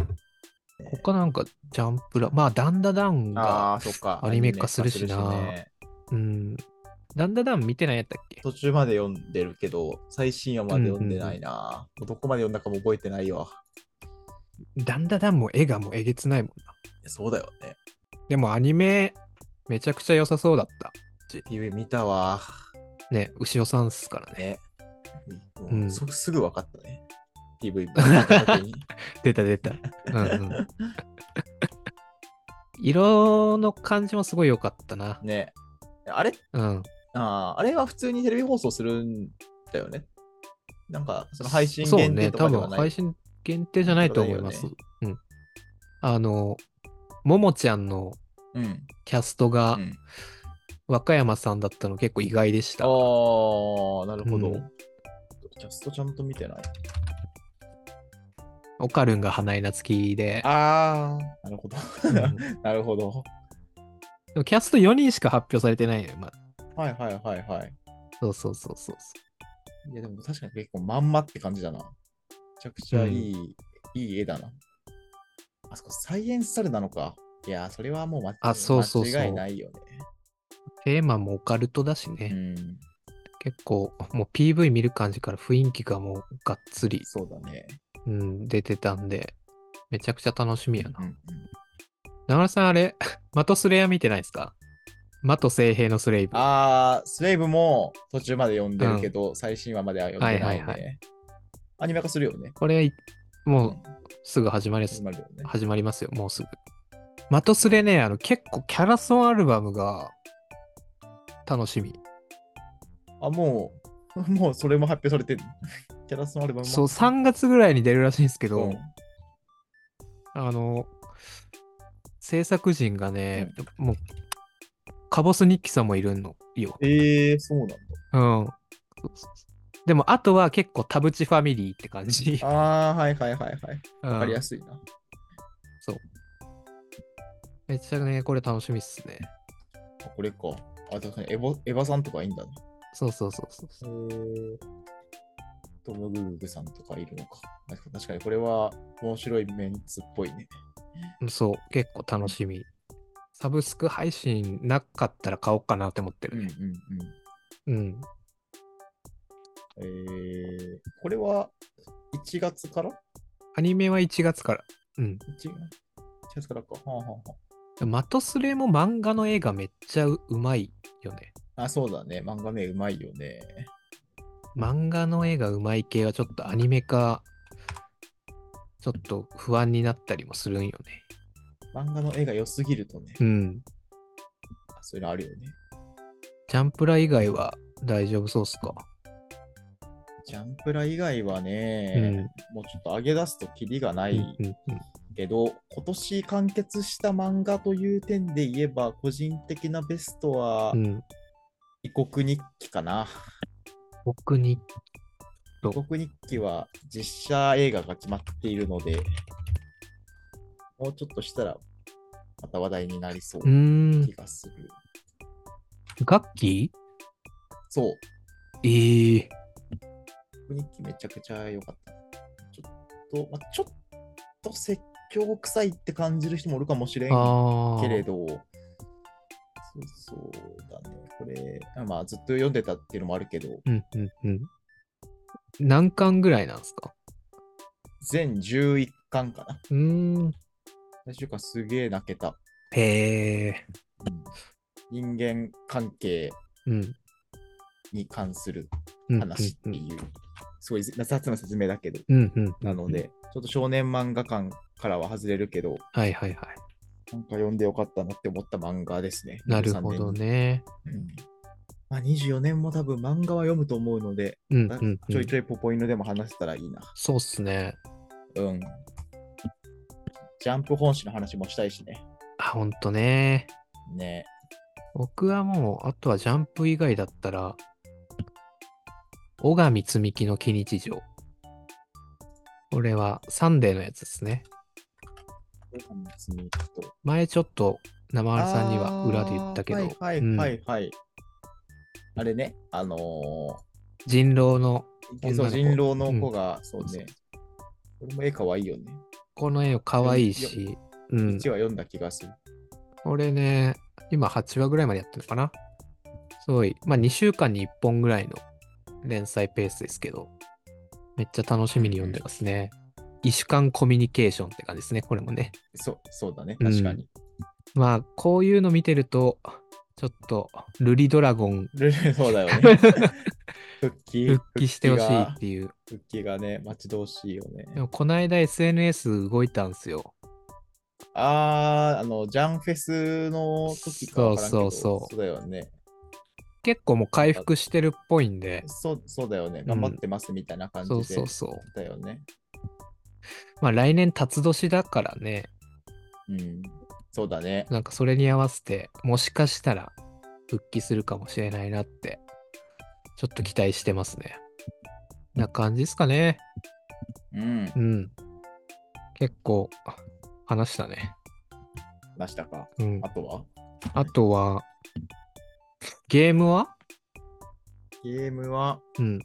他なんか、ジャンプラ、まあ、ダンダダン
ああ、
が、
そっか。
アニメ化するしな
アニメ化するしね
うん。ダンダダン見てないやったっけ
途中まで読んでるけど、最新話まで読んでないな。もうどこまで読んだかも覚えてないわ。
ダンダダンも絵がもうえげつないもんな。
いやそうだよね。
でもアニメ、めちゃくちゃ良さそうだった。
夢見たわ。
ね、牛尾さんっすからね。
ね。も
うん
うそすぐ分かった ね。PV 見た時に
出た出た。うん うん。色の感じもすごい良かったな。
ね。あれ
うん。
あーあれは普通にテレビ放送するんだよね。なんか、その配信
そう
限
ね、
定
多
とかで
分
はない。
配信限定じゃないと思います。うん。あの、ももちゃんの
うん。
キャストが
うん
和歌山さんだったの結構意外でした。
ああ、なるほど、
うん
キャストちゃんと見てない。
オカルンが花江夏樹で。
ああ、なるほど。
うん
なるほど。
でもキャスト4人しか発表されてないのよ、まあ。
はいはいはいはい。
そうそうそうそうそ
いやでも確かに結構まんまって感じだな。めちゃくちゃいい、いい絵だな。あそこサイエンスサルなのか。いやー、それはもう間
あそうそうそう
間違いないよね。
う。テーマもオカルトだしね。
うん、
結構、もう PV 見る感じから雰囲気がもうがっつり、
そうだね。
うん、出てたんで、めちゃくちゃ楽しみやな。
うんうん
長野さんあれ、 マトスレア見てないですかマト聖兵のスレイブ。
あー、スレイブも途中まで読んでるけど、最新話までは読んでないね、
はいはい
アニメ化するよね。
これ、もう
うん
すぐ始まります
始、まるよね。
始まりますよ、もうすぐ。マトスレね、あの、結構キャラソンアルバムが楽しみ。
あ、もう、 もうそれも発表されてる。 キャラソンアルバムも
そう、3月ぐらいに出るらしいんですけ
う
ど、
ん
あの、制作陣がね、もう、カボス日記さんもいるのよ。
えー、そうなんだ。
うん。そうそうそうでも、あとは結構田淵ファミリーって感じ。
あー、はいはいはいはい。わかり
うん
やすいな。
めっちゃね、これ楽しみっすね。
あこれか。あ、確かにエヴァエヴァさんとかいいんだね。
そうそうそうそう。
へトム・グーグさんとかいるのか。確か確かにこれは面白いメンツっぽいね。
うんそう、結構楽しみ。サブスク配信なかったら買おうかなって思ってるね。うん。
うん。えー、これは1月から ?1
アニメは1月から。うん。
月 ?1 月からか。はあ、はあは
マトスレも漫画の絵がめっちゃううまいよね。
あ、あ、そうだね。漫画ね、うまいよね。
漫画の絵がうまい系はちょっとアニメ化、ちょっと不安になったりもするんよね。
漫画の絵が良すぎるとね、
うん。
あそういうのあるよね。
ジャンプラ以外は大丈夫そうっすか。
ジャンプラ以外はね、もうちょっと上げ出すとキリがな
う
い
ん。うんうんうん
けど、今年完結した漫画という点で言えば、個人的なベストは、
うん。
異国日記かな。
僕に、
異国日記は実写映画が決まっているので、もうちょっとしたら、また話題になりそう
うーん
気。がする。
楽器
そう、
ええ
異国日記めちゃくちゃ良かった。ちょっと、まあ、ちょっと説教臭いって感じる人もおるかもしれん
ああ。
けれど、そうそうだね。これ、まあずっと読んでたっていうのもあるけど、
うんうんうん。何巻ぐらいなんですか
全11巻かな。
うーん。
最終巻すげえ泣けた。
へえ。
人間関係
うん。
に関する
うん
話っていう、すごい雑な説明だけど、
うんうん。
なので、ちょっと少年漫画館からは外れるけど、
はいはいはい。
なんか読んでよかったなって思った漫画ですね。
なるほどね。
23年に。うんまあ、24年も多分漫画は読むと思うので、
うんうん、
ち
う
ょい
ん。
ちょいポポインのでも話せたらいいな。
そうっすね。
うん。ジャンプ本誌の話もしたいしね。
あ、ほんとね。
ね
僕はもう、あとはジャンプ以外だったら、小上つみきの木日常。これはサンデーのやつですね。
え。別にと
前ちょっと生原さんには裏で言ったけど、
あーはいはいはい、はいあれね、あの
人狼の
ー、そう人
女の
狼の子が、そう
そう
ね。これも絵かわいいよね。
この絵を可愛いし、うん
一、話読んだ気がする。
俺ね、今8話ぐらいまでやってるのかな。すごい、まあ2週間に1本ぐらいの連載ペースですけど、めっちゃ楽しみに読んでますね。異種間コミュニケーションって感じですね、これもね。
そう、そうだね、
うん
確かに。
まあ、こういうの見てると、ちょっと、ルリドラゴン
ルルそうだよ ね。復帰
復帰してほしい
復帰が
っていう。
復帰がね、待ち遠しいよね。
でも、この間 SNS 動いたんすよ。
あー、あの、ジャンフェスの時かわからんけ
そ
ど
うそうそう
そうだよね。
結構もう回復してるっぽいんで、
そうそうだよね。頑張ってますみたいな感じで。
そうそうそう。
だよね。
まあ、来年辰年だからね、
うん。そうだね。
なんかそれに合わせて、もしかしたら復帰するかもしれないなって、ちょっと期待してますね。な感じですかね。
うん。
うん。結構、あ話したね。
ましたか。
うん
あ。とは
あとは、ゲームは
ゲームは、
うん。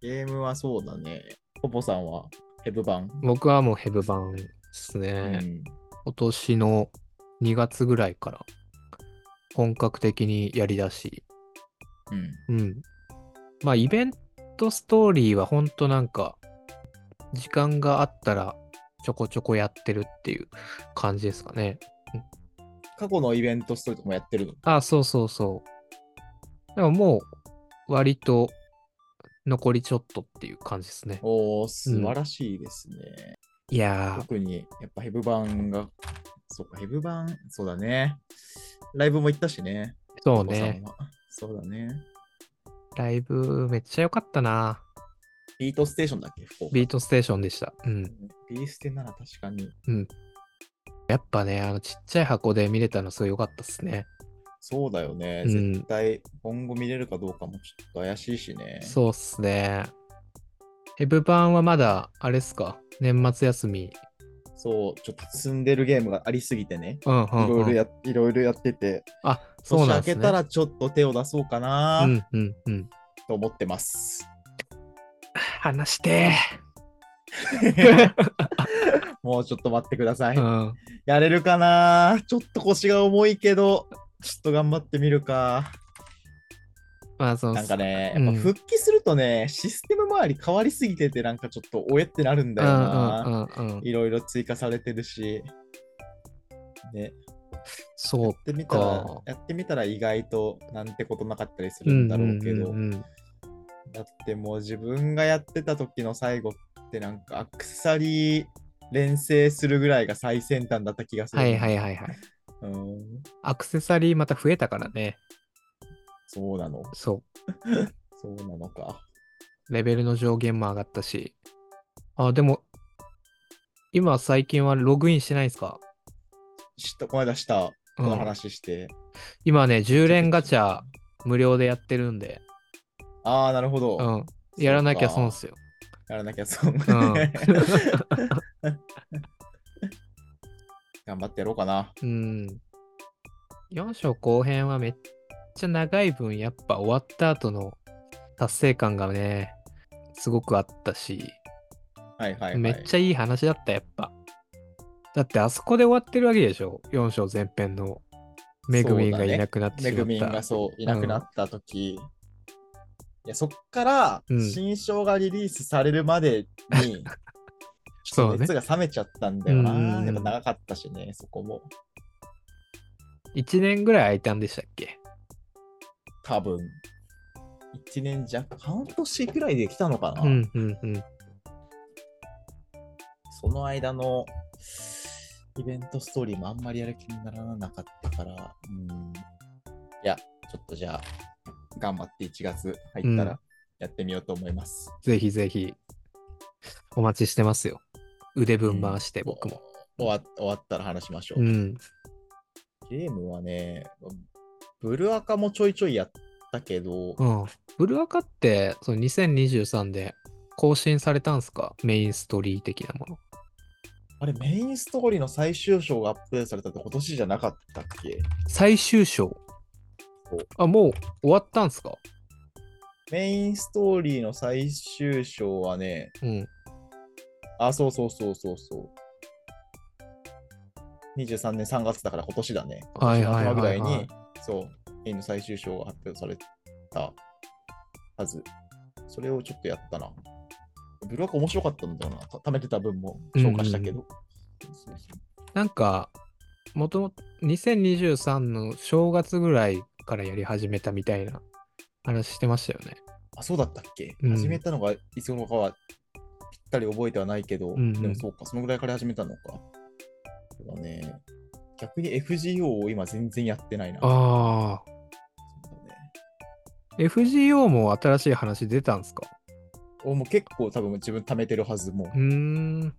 ゲームはそうだね。ポポさんはヘブ版。
僕はもうヘブ版です
う
ね。
ん。
今年の2月ぐらいから本格的にやりだし、
うん。
うん。まあ、イベントストーリーはほんとなんか、時間があったらちょこちょこやってるっていう感じですかね。
過去のイベントストーリーとかもやってるの
あそうそうそう。でももう、割と残りちょっとっていう感じですね。
おー、素晴らしいですね。
いや
特に、やっぱヘブ版が、そうか、ヘブ版、そうだね。ライブも行ったしね。
ー、そう
ポポさん
ね。
は。そうだね。
ライブめっちゃ良かったな。
ビートステーションだっけ福岡
ビートステーションでした。うん。
ビーステなら確かに。
やっぱね、あのちっちゃい箱で見れたのすごい良かったっすね。
そうだよね。
うん
絶対、今後見れるかどうかもちょっと怪しいしね。
そうっすね。ヘブ版はまだ、あれっすか、年末休み。
そう、ちょっと積んでるゲームがありすぎてね。
うんう
い
ん、
ろい
うん。
ろやいろいろやってて、
あ、そうなん
開
です
け
ね。
たらちょっと手を出そうかな
うんうんうん。
と思ってます。
話して
もうちょっと待ってください。
ー、 うん。
やれるかなちょっと腰が重いけど、ちょっと頑張ってみるか。
まあ、その、
なんかね、
うん
やっぱ復帰するとね、システム周り変わりすぎてて、なんかちょっとおえってなるん
う
だ
ん
よ
う
な。
んうんうん。
いろいろ追加されてるし。ね、
そ
や
う
っ。てみたら
か、
やってみたら意外となんてことなかったりするんだろうけど、
んうんうん
だってもう自分がやってた時の最後ってなんかアクセサリー連成するぐらいが最先端だった気がする。
はいはいはいはい。
うん、
アクセサリーまた増えたからね。
そうなの。
そ
そうなのか。
う。レベルの上限も上がったし。あ、でも、今最近はログインしてないんすか
知った、この間した、この話して。
今ね、10連ガチャ無料でやってるんで、
ああ、なるほど。
うん。やらなきゃ損っ
そう
すよ。
か。やらなきゃ損。
うん
頑張ってやろうかな。
うん。4章後編はめっちゃ長い分、やっぱ終わった後の達成感がね、すごくあったし、
はいはい、はい。
めっちゃいい話だった、やっぱ。だってあそこで終わってるわけでしょ ?4 章前編の。めぐみんがいなくなって
め
しま
ぐ
っ
みん
た。
がそういなくなった時、いやそっから
うん
新章がリリースされるまでに、ちょっ
そう
と
ね
熱が冷めちゃったんだよ
うん
な。やっぱ長かったしね、そこも。
1年ぐらい空いたんでしたっけ
多分。1年弱、半年くらいで来たのかな。
うんうんうん。
その間のイベントストーリーもあんまりやる気にならなかったから、うん。いや、ちょっとじゃあ、頑張って1月入った
う
らやってみようと思います。
ぜひぜひ、お待ちしてますよ。腕分回して、
うん
僕も。
終わ終わったら話しましょう。
うん。
ゲームはね、ブルアカもちょいちょいやったけど、
うん。ブルアカって、その2023で更新されたんすかメインストーリー的なもの。
あれメインストーリーの最終章がアップデートされたって今年じゃなかったっけ
最終章
そう。
あ、もう終わったんすか
メインストーリーの最終章はね、
うん。
あ、そうそうそうそうそう。23年3月だから今年だね。
はいはいはいはい
今年の頭ぐらいに、そう、ゲームの最終章が発表されたはず。それをちょっとやったな。ブルワーク面白かったんだよな。た貯めてた分も消化したけど。そうそう
なんか、もともと2023の正月ぐらいからやり始めたみたいな話してましたよね。
あ、そうだったっけ、
うん
始めたのがいつ頃かはぴったり覚えてはないけど、
んうん
でもそうか、そのぐらいから始めたのか。そうだね。逆に FGO を今全然やってないな。
ああ。
そうだね
FGO も新しい話出たんすか
おもう結構多分自分貯めてるはずもう
うーん。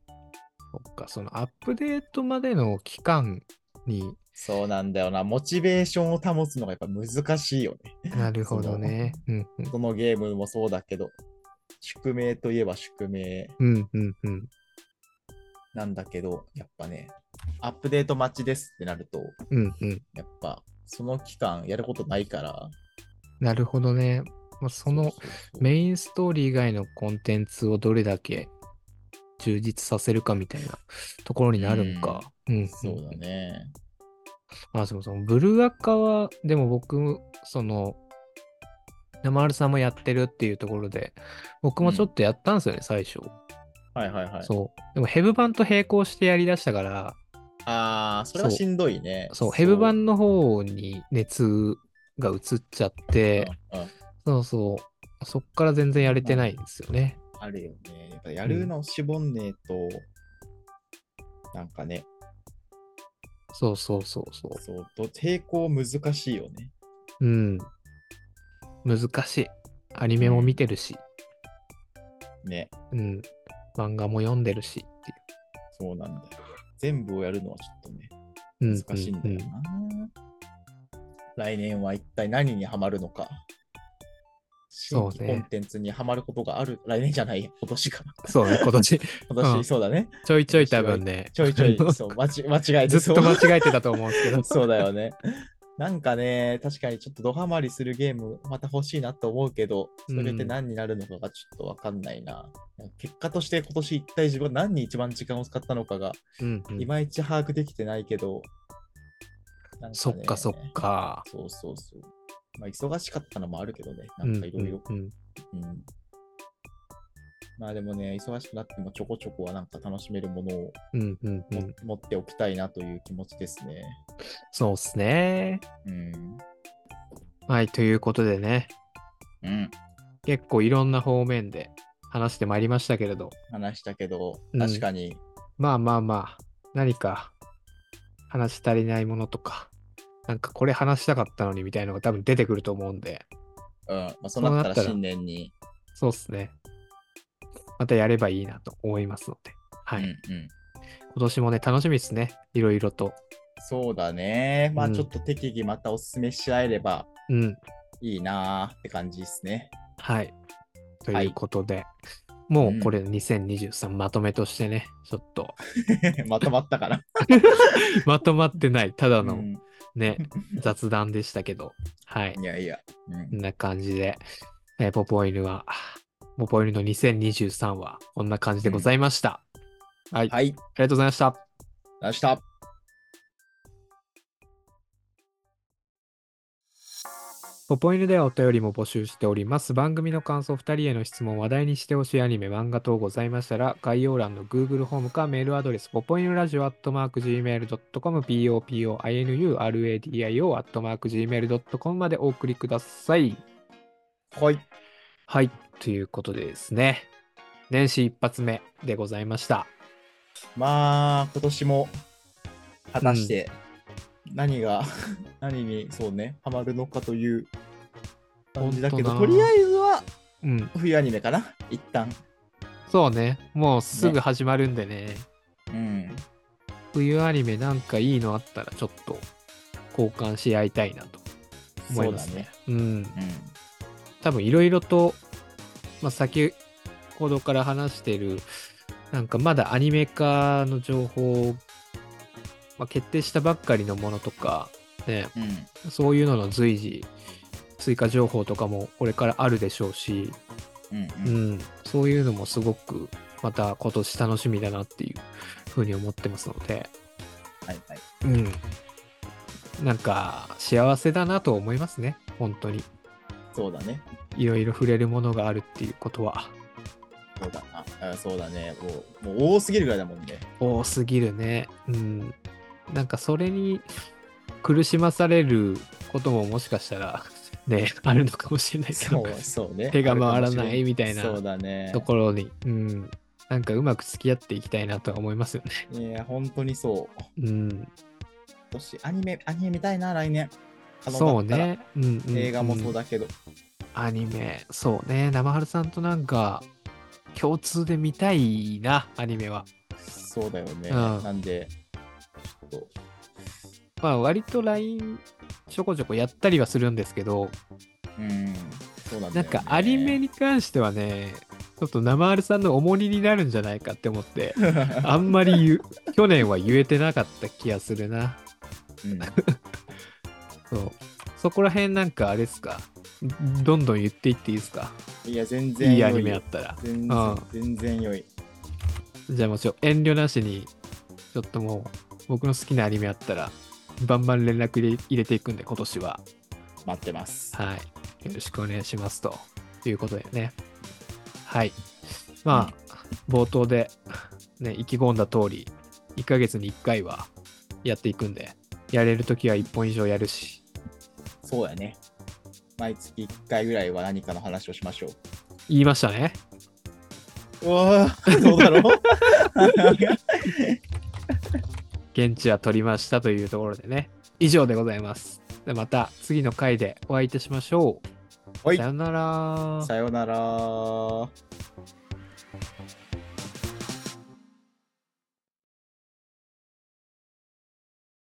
そっか、そのアップデートまでの期間に、
そうなんだよなモチベーションを保つのがやっぱ難しいよね
なるほどね。うんうん
どのゲームもそうだけど宿命といえば宿命
うんうんうん。
なんだけどやっぱねアップデート待ちですってなると
うんうん。
やっぱその期間やることないから
なるほどね。まあ、その
ううそう
メインストーリー以外のコンテンツをどれだけ充実させるかみたいなところになるんか。うん、うん
そうだね
まあでもそのブルアカは、でも僕、その、生丸さんもやってるっていうところで、僕もちょっとやったんですよね、最初。
はいはいはい
そう。でもヘブ版と並行してやりだしたから、
あーそれはしんどいね
そう、ヘブ版の方に熱が移っちゃって、
うんうん
そうそう、そっから全然やれてないんですよね。
あるよね。やっぱやるのしぼんねえと、なんかね、
そうそうそうそ
そう、と抵抗難しいよね。
う。うん。難しい。アニメも見てるし、
ね、
うん。漫画も読んでるしって
そうなんだよ。全部をやるのはちょっとね、
いう。う
難しいんだよ
う
な。来年は一体何にはまるのか。新
そうね
規コンテンツにはまることがある、来年じゃないや、今年か。
そう ね、今年、
今年、
うん
そうだね。
ちょいちょい多分ね、
ちょ いちょい
あの、
そう、間ち間違えて
ずっと間違えてたと思うんです けど、
そうだよね。なんかね、確かにちょっとドハマりするゲームまた欲しいなと思うけど、それって何になるのかがちょっとわかんないな。結果として今年一体自分が何に一番時間を使ったのかが、
うんうん
いまいち把握できてないけど、なんね
そっかそっ。か。
そうそうそう。まあ忙しかったのもあるけどね、な
うん
ん
う
かいろいろ
ん。うん
うんまあでもね、忙しくなってもちょこちょこはなんか楽しめるものを
うんうんう
も
ん。
持っておきたいなという気持ちですね。
そうっすね。
うん。
はい、ということでね、
うん。
結構いろんな方面で話してまいりましたけれど、
話したけど
う、ん
確かに、
まあまあまあ、何か話し足りないものとか、なんかこれ話したかったのにみたいなのが多分出てくると思うんで、
うんまあ、そうなった
そうなっ
ら
たら
新年に、
そうっすね。またやればいいなと思いますので、はい。
うんうん
今年もね、楽しみですね。いろいろと。
そうだね、ま
う
あ
ん
ちょっと適宜またおすすめし合えれば
うん。
いいなーって感じですね。
はい。と
はいいう
ことで、もうこれ2023まとめとしてね、ちょっと
まとまったから。
まとまってない、ただの
うん
ね、雑談でしたけど、はい。
いやいや、うん
こんな感じで、えーポポイヌは、ポポイヌの2023はこんな感じでございました。はい、あり
はい、
がとうございました。
明日。
ポポイヌではお便りも募集しております。番組の感想、2人への質問、話題にしてほしいアニメ、漫画等ございましたら、概要欄の Google ホームかメールアドレス、ポポイヌラジオアットマーク Gmail.com、popoinuradio アットマーク Gmail.com までお送りください。
はい。
はい、ということでですね、年始一発目でございました。
まあ、今年も、果たして、何が、 何に、そうね、ハマるのかという感じだけど、
ほん
と
とな
りあえずは、
うん、
冬アニメかな、一旦。
そうね、もうすぐ始まるんでね
うん。
冬アニメなんかいいのあったら、ちょっと交換し合いたいなと思いますね。うん。
そうだね。
多分いろいろと、まあ、先ほどから話してるなんかまだアニメ化の情報、まあ、決定したばっかりのものとか、ね、
うん。うん。
そういうのの随時追加情報とかもこれからあるでしょうし、
うん
う
うん
ん、そういうのもすごくまた今年楽しみだなっていうふうに思ってますので、
はいはい。
うん、なんか幸せだなと思いますね本当に
そうだね。
いろいろ触れるものがあるっていうことは。
そうだな。あそうだね。もう、もう多すぎるぐらいだもんね。
多すぎるね。うん。なんかそれに苦しまされることももしかしたらね、あるのかもしれないけ
そ
ど
う、、 そうね。
手が回ら
あるか
な
もし
い
れ
みたいな
そうだね
と。ころに、うん。なんかうまく付き合っていきたいなとは思いますよね。
いや、本当にそう。今
うん。
年、アニメ、アニメ見たいな、来年。可能
そう
だったら。
ね。うんうんうん
映画もそうだけど。
アニメ、そうね。生春さんとなんか共通で見たいな、アニメは。
そうだよね。
うん
なんで、ちょっと、
まあ割と LINE ちょこちょこやったりはするんですけど、
うん、そうな
な
んだよ
ん
ね
かアニメに関してはね、ちょっと生ルさんの重荷になるんじゃないかって思 って、あんまり言う去年は言えてなかった気がするな。
うん
そうそこら辺なんかあれですかどんどん言っていっていいですか
いや、全然
いい
良
アニメあったら。
全
う
然
ん、
全然良い。
じゃあもうちろん遠慮なしに、ちょっともう僕の好きなアニメあったら、バンバン連絡入れ入れていくんで、今年は。
待ってます。
はい。よろしくお願いしますということでね。はい。まあ、冒頭で、ね、意気込んだ通り、1ヶ月に1回はやっていくんで、やれるときは1本以上やるし、
そうだね。毎月1回ぐらいは何かの話をしましょう。
言いましたね。
う わーどうだろう
現地は取りましたというところでね。以上でございます。でまた次の回でお会いいたしましょう。
はい
さよなら。
さようなら。